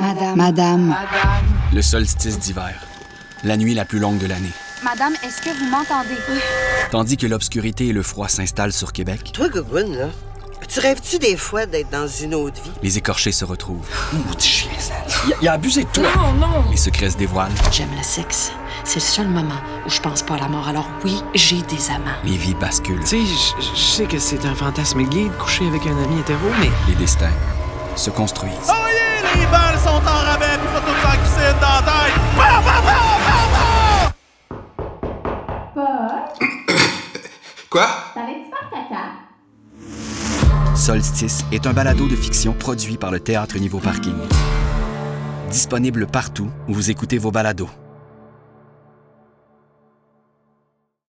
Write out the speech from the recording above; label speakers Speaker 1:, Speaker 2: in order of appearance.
Speaker 1: Madame. Madame.
Speaker 2: Le solstice d'hiver. La nuit la plus longue de l'année.
Speaker 3: Madame, est-ce que vous m'entendez?
Speaker 2: Tandis que l'obscurité et le froid s'installent sur Québec,
Speaker 4: Toi, Gugun, là, tu rêves-tu des fois d'être dans une autre vie?
Speaker 2: les écorchés se retrouvent,
Speaker 5: Il, il a abusé de toi.
Speaker 2: les secrets se dévoilent,
Speaker 6: J'aime le sexe. C'est le seul moment où je pense pas à la mort. Alors oui, j'ai des amants.
Speaker 2: les vies basculent,
Speaker 7: Tu sais, je- je sais que c'est un fantasme gay de coucher avec un ami hétéro, mais
Speaker 2: les destins se construisent.
Speaker 8: Les balles sont en rabais, puis faut tout le temps glisser une dans la tête.
Speaker 9: Quoi
Speaker 2: Solstice est un balado de fiction produit par le Théâtre Niveau Parking. Disponible partout où vous écoutez vos balados.